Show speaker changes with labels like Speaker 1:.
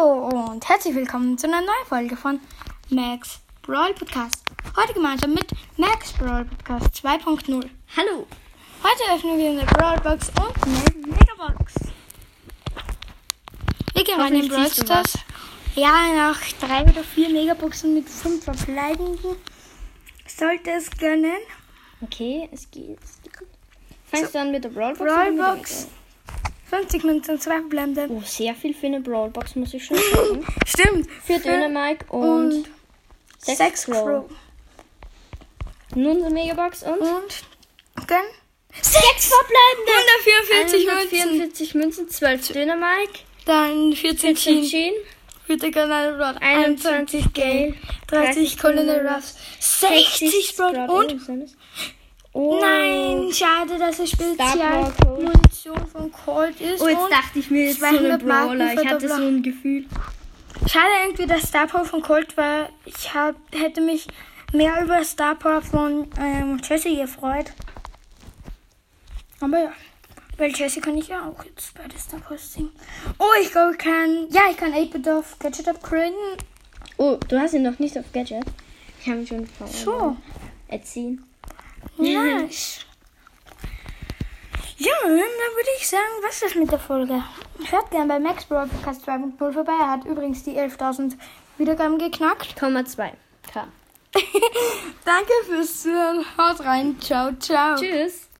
Speaker 1: und herzlich willkommen zu einer neuen Folge von Max Brawl Podcast. Heute gemeinsam mit Max Brawl Podcast 2.0.
Speaker 2: Hallo.
Speaker 1: Heute öffnen wir eine Brawl Box und eine Megabox. Wir gehen rein in
Speaker 2: Hoffentlich
Speaker 1: Brawl
Speaker 2: ziehst du
Speaker 1: Stars. Ja, nach drei oder vier Megaboxen mit fünf verbleibenden sollte es gönnen.
Speaker 2: Okay, es geht. Fängst du an mit der Brawlbox? oder mit der
Speaker 1: Rollbox.
Speaker 2: Megabox?
Speaker 1: 50 Münzen, zwei verbleibende.
Speaker 2: Oh, sehr viel für eine Brawlbox, muss ich schon sagen.
Speaker 1: Stimmt.
Speaker 2: Für
Speaker 1: Fünf
Speaker 2: Dynamite und,
Speaker 1: und
Speaker 2: sechs
Speaker 1: 6
Speaker 2: Crow.
Speaker 1: Crow.
Speaker 2: nun eine Megabox und
Speaker 1: Und gönn. Sechs verbleibende! 144 Münzen.
Speaker 2: 44 Münzen, 12 Dynamite,
Speaker 1: Dann 14
Speaker 2: 14
Speaker 1: Jean.
Speaker 2: Jean,
Speaker 1: 4. Colonel Ruff.
Speaker 2: 21 Gale,
Speaker 1: 30 Colonel Ruff. 60 Sprout. Und.
Speaker 2: Williamson. eh Oh.
Speaker 1: Nein, schade, dass es
Speaker 2: Star
Speaker 1: spezial
Speaker 2: Brawl Cold.
Speaker 1: Munition von Colt ist.
Speaker 2: Oh, jetzt
Speaker 1: und
Speaker 2: dachte ich mir, jetzt so eine
Speaker 1: 200 Marken
Speaker 2: Brawler.
Speaker 1: für
Speaker 2: Ich hatte so
Speaker 1: Doppler.
Speaker 2: ein Gefühl.
Speaker 1: schade irgendwie, dass Star Power von Colt war. Ich hab, hätte mich mehr über Star Power von ähm, Jesse gefreut. Aber ja. Weil Jesse kann ich ja auch jetzt bei der Star Power singen. Oh, ich glaube, ich kann. Ja, ich kann 8-Bit auf Gadget upgraden.
Speaker 2: Oh, du hast ihn noch nicht auf Gadget. Ich habe ihn schon vor.
Speaker 1: So.
Speaker 2: Erziehen.
Speaker 1: Nice. Ja, dann würde ich sagen, was ist mit der Folge? Hört gern bei Max Brawl Podcast 2.0 vorbei. Er hat übrigens die 11.000 Wiedergaben geknackt.
Speaker 2: 0,2. K.
Speaker 1: Danke fürs Zuhören. Haut rein. Ciao, ciao.
Speaker 2: Tschüss.